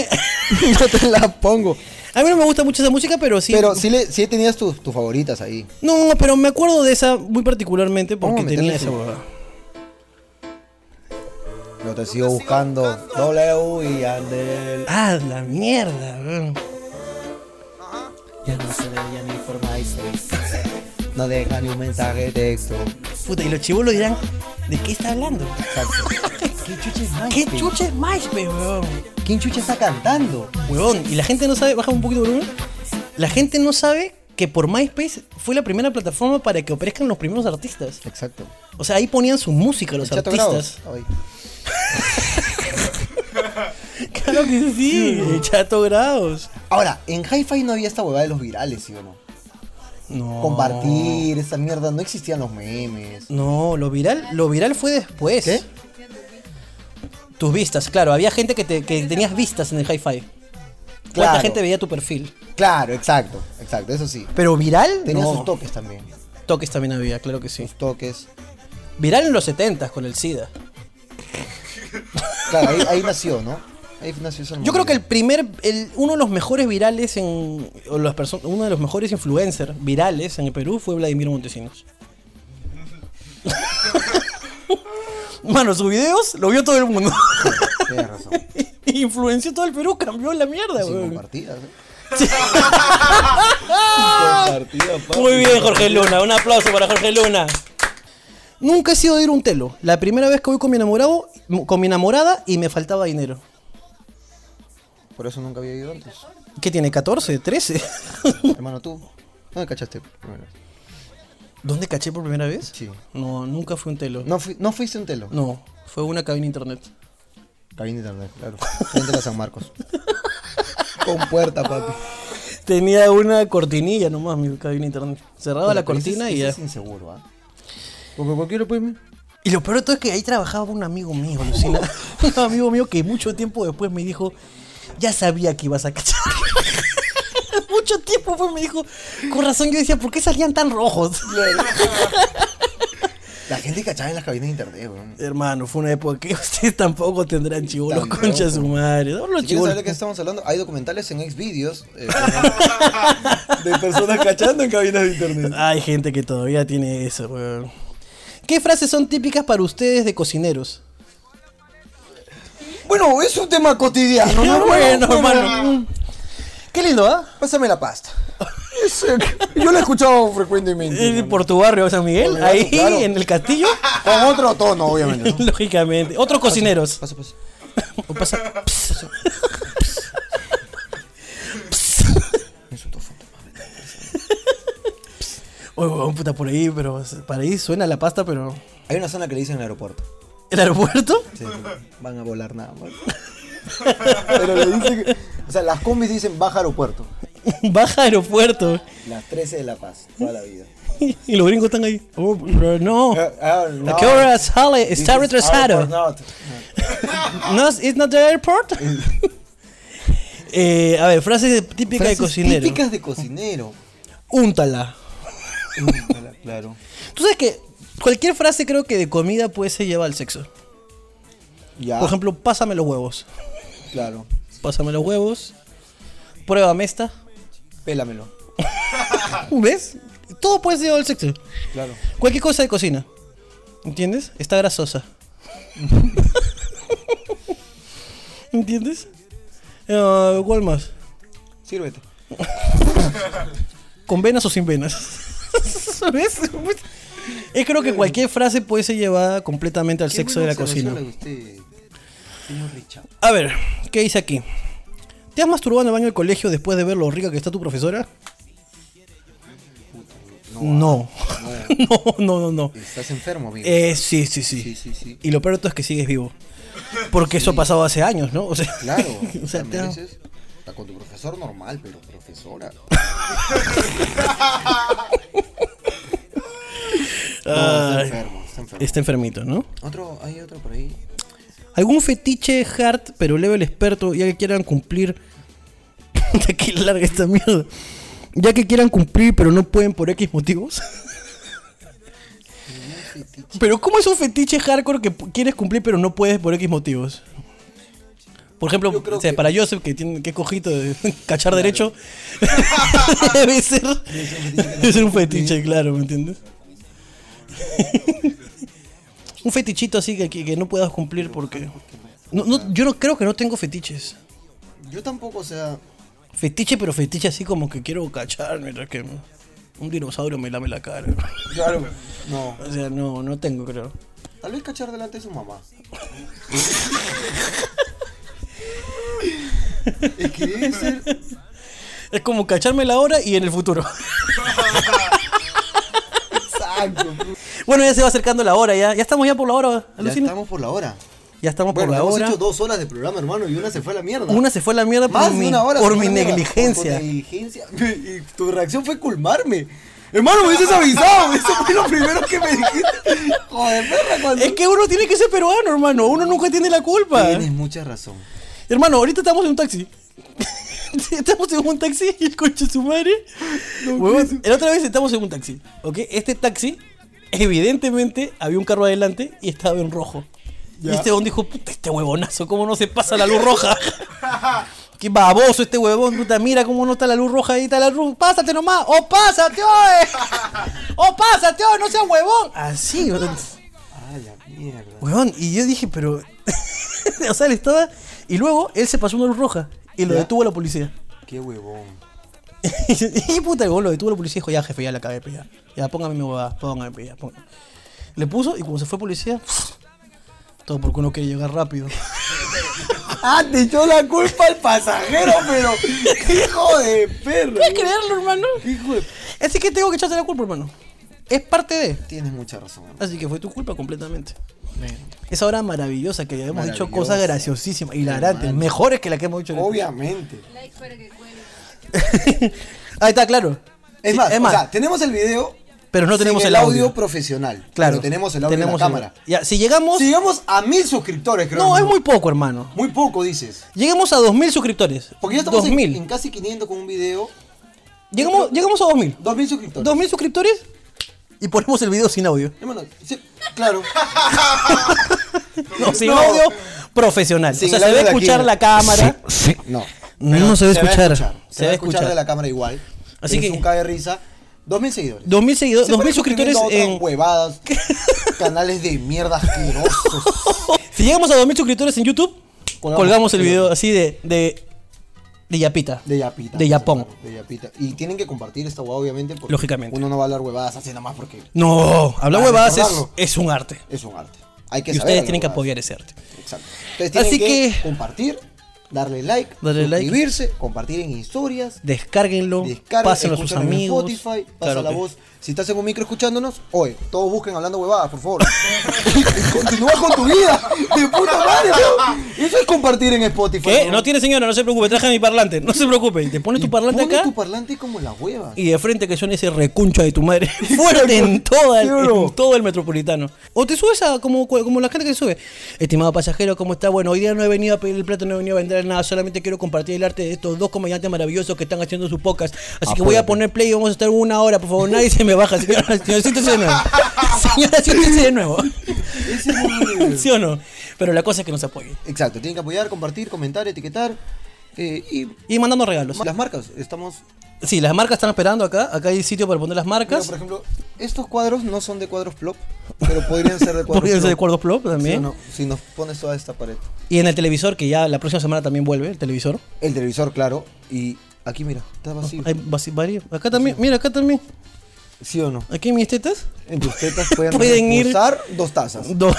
la- yo te la pongo. A mí no me gusta mucho esa música, pero sí. Pero sí, le, sí tenías tus, tus favoritas ahí. No, pero me acuerdo de esa muy particularmente porque Vamos a meterle tenía esa su- huevada. Lo te sigo buscando. W y Andel. Ah, la mierda, weón. Ya no se veía ni por MySpace. No deja ni un mensaje de texto. Puta, y los chivolos dirán, ¿de qué está hablando? Exacto. ¿Qué chucha este? es ¿Qué MySpace? chucha es MySpace, weón? ¿Quién chucha está cantando? Huevón, y la gente no sabe, baja un poquito el volumen. La gente no sabe que por MySpace fue la primera plataforma para que aparezcan los primeros artistas. Exacto. O sea, ahí ponían su música los Chato artistas. Grados. Ay. Claro, Claro que sí, chato grados. Ahora, en Hi-Fi no había esta huevada de los virales, ¿sí o no? No. Compartir, esa mierda, no existían los memes. No, lo viral, lo viral fue después. ¿Qué? Tus vistas, claro. Había gente que, te- que tenías vistas en el hi-fi. ¿Cuánta Claro. gente veía tu perfil? Claro, exacto, exacto, eso sí. Pero viral, Tenía no. sus toques también. Toques también había, claro que sí. Sus toques. Viral en los 70 con el SIDA. Claro, ahí, ahí nació, ¿no? Ahí nació ese Yo creo que el primer, el- uno de los mejores virales en. o las perso- uno de los mejores influencers virales en el Perú fue Vladimir Montesinos. Mano, sus videos lo vio todo el mundo. Tienes razón. Influenció todo el Perú, cambió la mierda, Sin weón. compartidas. ¿eh? Muy bien, Jorge Luna. Un aplauso para Jorge Luna. Nunca he sido de ir a un telo. La primera vez que voy con mi enamorado, con mi enamorada y me faltaba dinero. Por eso nunca había ido antes. ¿Qué tiene? ¿14? ¿13? Hermano, tú. No me cachaste. primero. ¿Dónde caché por primera vez? Sí. No, nunca fue un telo. No, fui- no fuiste un telo. No, fue una cabina internet. Cabina de internet, claro. Frente a la San Marcos. Con puerta, papi. Tenía una cortinilla nomás mi cabina internet. Cerraba la cortina y ya. Es inseguro, ¿ah? Porque cualquiera puede. ir. Y lo peor de todo es que ahí trabajaba un amigo mío, Lucina. un amigo mío que mucho tiempo después me dijo, ya sabía que ibas a cachar. mucho tiempo después me dijo, con razón yo decía, ¿por qué salían tan rojos? La gente cachaba en las cabinas de internet, weón. Hermano, fue una época que ustedes tampoco tendrán chivolos Tampoco. concha de su madre. No, los Si quieres chibolos. saber de qué estamos hablando, hay documentales en Xvideos eh, de personas cachando en cabinas de internet. Hay gente que todavía tiene eso, weón. ¿Qué frases son típicas para ustedes de cocineros? Bueno, es un tema cotidiano, ¿no? bueno, hermano. Qué lindo, ¿ah? Pásame la pasta. Eso, Yo lo he escuchado frecuentemente. Eh, hermano. Por tu barrio, San Miguel, Por mi barrio, ahí claro. en el castillo. Con otro tono, obviamente. ¿no? Lógicamente. Otros cocineros. Pasa, pasa. O pasa- Pss. Es un tofu. Uy, huevón, puta, por ahí, pero para ahí suena la pasta, pero. Hay una zona que le dicen el aeropuerto. ¿El aeropuerto? Sí, van a volar nada más. Pero le dicen. que- O sea, las combis dicen baja aeropuerto. Baja aeropuerto. Las 13 de La Paz, toda la vida. Y los gringos están ahí. Oh, pero no. Eh, ah, no. ¿A qué hora sale? Está Dices, retrasado. airport not. No, it's not the airport. Eh, a ver, frase de- típica de Frases cocinero. Típicas de cocinero. Úntala. claro. Tú sabes que cualquier frase creo que de comida pues se lleva al sexo. Ya. Por ejemplo, pásame los huevos. Claro. Pásame los huevos. Pruébame esta. Uh, Pélamelo. ¿Ves? Todo puede ser llevado al sexo. Claro. Cualquier cosa de cocina. ¿Entiendes? Está grasosa. ¿Entiendes? Eh, ¿Cuál más? Sírvete. ¿Con venas o sin venas? ¿Ves? Es creo que cualquier frase puede ser llevada completamente al sexo de la cocina. Señor Richard. A ver, ¿qué dice aquí? ¿Te has masturbado en el baño del colegio después de ver lo rica que está tu profesora? No. No, no, no, no. Estás enfermo, amigo. Eh, sí, sí, sí. Sí, sí, sí. Y lo peor de todo es que sigues vivo. Porque eso ha pasado hace años, ¿no? O sea, Claro. o sea, te- mereces. Está con tu profesor normal, pero profesora. está Ah, Ay, enfermo, está enfermo. está enfermito, ¿no? Otro, hay otro por ahí. ¿Algún fetiche hard, pero level experto, ya que quieran cumplir. Puta, qué larga esta mierda. Ya que quieran cumplir, pero no pueden por X motivos. pero, ¿cómo es un fetiche hardcore que pu- quieres cumplir, pero no puedes por X motivos? Por ejemplo, creo o sea, que- para Joseph, que tiene que es cojito de cachar derecho, debe ser, debe ser un fetiche, claro, ¿me entiendes? Un fetichito así que, que- que no puedas cumplir porque... No, no, yo no creo que no tengo fetiches. Yo tampoco, o sea. Fetiche, pero fetiche así como que quiero cachar mientras que un dinosaurio me lame la cara. Claro. No. O sea, no, no tengo, creo. Tal vez cachar delante de su mamá. es que debe ser. Es como cacharme la hora y en el futuro. Exacto. bueno, ya se va acercando la hora, ya, ya estamos ya por la hora, Ya alucina. estamos por la hora. Ya estamos Bueno, por la hemos hora. hecho dos horas de programa, hermano, y una se fue a la mierda. Una se fue a la mierda por Más de mi, una hora. por se fue mi a la mierda. negligencia. Por tu negligencia. Y tu reacción fue culmarme. Hermano, me hubieses avisado. Eso fue lo primero que me dijiste. Joder, perra, cuando... Es que uno tiene que ser peruano, hermano. Uno nunca tiene la culpa. Tienes mucha razón. Hermano, ahorita estamos en un taxi. estamos en un taxi y el coche de su madre. Huevón, la otra vez estamos en un taxi. ¿Ok? Este taxi, evidentemente, había un carro adelante y estaba en rojo. Y este huevón dijo, puta, este huevonazo, ¿cómo no se pasa la luz roja? Qué baboso este huevón, puta, mira cómo no está la luz roja, ahí está la luz, pásate nomás, o pásate, oe, o pásate, oe, no seas huevón. Así, huevón. Ah, la mierda. Weón, y yo dije, pero. o sea, él estaba. Y luego él se pasó una luz roja y lo Ya. detuvo la policía. Qué huevón. y puta, weón, lo detuvo la policía y dijo, ya jefe, ya la acabé de pillar. Ya, póngame mi huevada, póngame, pues, ya, póngame. Le puso y cuando se fue policía. Todo porque uno quiere llegar rápido. Ah, te echó la culpa al pasajero, pero. ¡Qué hijo de perro! ¿Puedes creerlo, hermano? ¡Qué hijo de. Así que tengo que echarte la culpa, hermano. Es parte de. Tienes mucha razón. hermano. Así que fue tu culpa completamente. Esa hora maravillosa que hemos dicho Maravillosa. cosas graciosísimas, hilarantes, Hermano. mejores que la que hemos dicho en este el Obviamente. Ahí está, claro. Es Sí, más, o sea, tenemos el video. Pero no tenemos sin el audio. profesional. claro. Pero tenemos el audio en la cámara. Ya, si llegamos. Si llegamos a mil suscriptores, creo. no, es muy poco, hermano. Muy poco, dices. Lleguemos a 2.000 suscriptores. Porque ya estamos en, 2.000. en casi 500 con un video. Llegamos, llegamos a 2.000. 2000 suscriptores. 2.000 suscriptores y ponemos el video sin audio. Hermano, sí, claro. No, sin No. audio profesional. Sin o sea, el se audio va a de aquí, escuchar ¿no? la cámara. No. No se va a escuchar. Se va a escuchar de la cámara igual. Así Así que. que- Es un cae de risa. 2000 seguidores. 2.000 seguidores, Se 2000 pone suscriptores suscribiendo a otras en. huevadas. Canales de mierda asquerosos. Si llegamos a 2.000 suscriptores en YouTube, Colgamos. colgamos, el video así de. de. de Yapita. De yapita. De Yapón. De yapita. Y tienen que compartir esta hueá, obviamente. porque Lógicamente. Uno no va a hablar huevadas así nada más porque No, hablar Para huevadas es, recordarlo. es un arte. es un arte. Hay que Y saber ustedes hablar tienen que huevadas. apoyar ese arte. Exacto. Entonces tienen Así que, que- compartir, darle like, Darle like. suscribirse, compartir en historias, Descárguenlo, descargar, pásenlo a sus escúchenlo en amigos. Spotify, pasa Claro la que- voz. Si estás en un micro escuchándonos, oye, todos busquen hablando huevadas, por favor. Y Continúa con tu vida, de puta madre, ¿no? Eso es compartir en Spotify. ¿Qué? ¿no? No tiene señora, no se preocupe, traje mi parlante, no se preocupe. Y te pones tu parlante Pone acá tu parlante como la hueva. y de frente que suena ese recuncha de tu madre. Fuerte en, toda el- Sí, bro. en todo el metropolitano. O te subes a como, como la gente que sube. Estimado pasajero, ¿cómo está? Bueno, hoy día no he venido a pedir el plato, no he venido a vender nada. Solamente quiero compartir el arte de estos dos comediantes maravillosos que están haciendo sus pocas. Ah, Así que voy a poner play y vamos a estar una hora. Por favor, nadie se me baja. Señora, señora, siéntese de nuevo. Señora, siéntese de nuevo. Ese es un- ¿Sí o no? Pero la cosa es que nos apoyen. Exacto, tienen que apoyar, compartir, comentar, etiquetar. eh, y Y mandando regalos. las marcas, estamos Sí, las marcas están esperando acá. Acá hay sitio para poner las Mira, marcas. por ejemplo, estos cuadros no son de cuadros plop, pero podrían ser de cuadros Podrían ser de plop. cuerdos plop Sí, también. no, si nos pones toda esta pared. Y en el televisor, que ya la próxima semana también vuelve, el televisor. El televisor, claro, y aquí mira, está vacío. Hay vasi- varios. Acá también, mira, acá también. ¿Sí o no? Aquí hay mis tetas. En tus tetas pueden, Pueden ir- usar dos tazas Dos.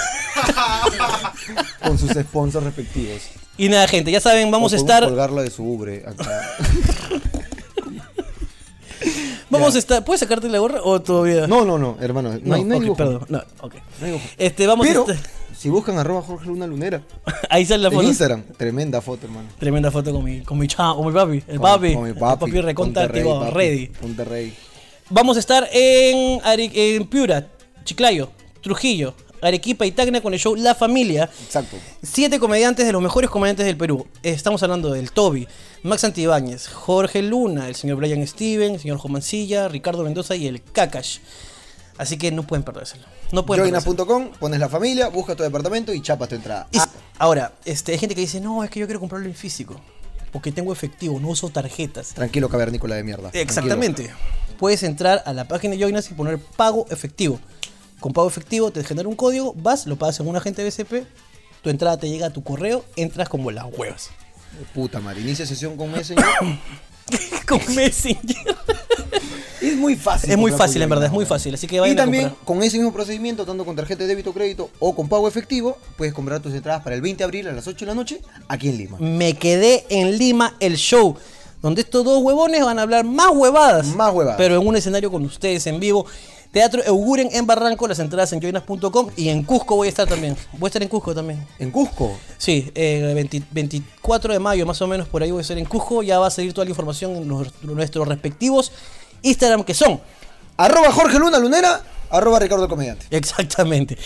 con sus sponsors respectivos. Y nada, gente, ya saben, vamos a O podemos estar. colgarla de su ubre acá. Vamos a estar. ¿Puedes sacarte la gorra o todavía? No, no, no, hermano, no, hay, no hay ok, dibujo. perdón. No, ok. No hay dibujo. Este, vamos Pero, a estar. si buscan arroba Jorge Luna Lunera Ahí sale la en foto. Instagram, tremenda foto, hermano. Tremenda foto con mi, con mi chavo, con mi papi. El papi. Con mi El papi reconta Ponte activado, papi, ready. Ponte ready. Vamos a estar en, Are- en Piura, Chiclayo, Trujillo, Arequipa y Tacna con el show La Familia. Exacto. Siete comediantes de los mejores comediantes del Perú. Eh, Estamos hablando del Toby, Max Antibáñez, Jorge Luna, el señor Brian Steven, el señor Jomancilla, Ricardo Mendoza y el Kakash. Así que no pueden perdérselo. No pueden perdérselo. Joina.com, pones la familia, busca tu departamento y chapas tu entrada. Ah, Y- Ahora, este, hay gente que dice, no, es que yo quiero comprarlo en físico. Porque tengo efectivo, no uso tarjetas. Tranquilo, cavernícola de mierda. tranquilo. Exactamente. Puedes entrar a la página de Joinas y poner pago efectivo. Con pago efectivo te genera un código, vas, lo pagas en un agente BCP, tu entrada te llega a tu correo, entras como las huevas. Puta madre, inicia sesión con Messenger. con Messenger. es muy fácil. Es muy comprar fácil, por en verdad, es Joina, muy weón. fácil, así que vayan Y a también comprar. con ese mismo procedimiento, tanto con tarjeta de débito, crédito o con pago efectivo, puedes comprar tus entradas para el 20 de abril a las 8 de la noche aquí en Lima. Me quedé en Lima el show, donde estos dos huevones van a hablar más huevadas. Más huevadas. Pero en un escenario con ustedes en vivo. Teatro Euguren en Barranco, las entradas en joinas.com y en Cusco voy a estar también. Voy a estar en Cusco también. En Cusco. Sí, eh, 20 24 de mayo más o menos por ahí voy a estar en Cusco. Ya va a salir toda la información en los- nuestros respectivos Instagram que son. Arroba Jorge Luna Lunera, arroba Ricardo el Comediante. Exactamente.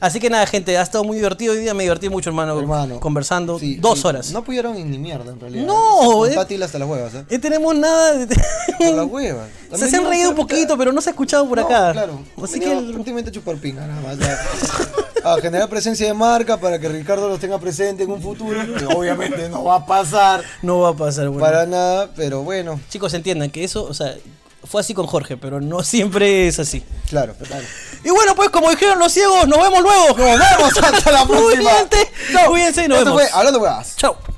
Así que nada, gente, ha estado muy divertido. Hoy día me divertí mucho, hermano, Hermano. conversando. Sí, dos sí. horas. No pudieron ni mierda en realidad. No, Con eh. Patil hasta las huevas, ¿eh? Eh, tenemos nada de... Hasta las huevas. se, También se han yo, reído un puta, poquito, pero no se ha escuchado por no, acá. Claro. Así Venía que el- prácticamente a chupar pinga nada más. A, a generar presencia de marca para que Ricardo los tenga presente en un futuro. que obviamente no va a pasar no va a pasar, bueno. para nada, pero bueno, Chicos, entiendan que eso, o sea, fue así con Jorge, pero no siempre es así. claro. claro. Y bueno, pues como dijeron los ciegos, nos vemos luego. Nos vemos hasta la próxima. Cuídense, cuídense y nos Esto vemos. fue Hablando Huevas. Chao.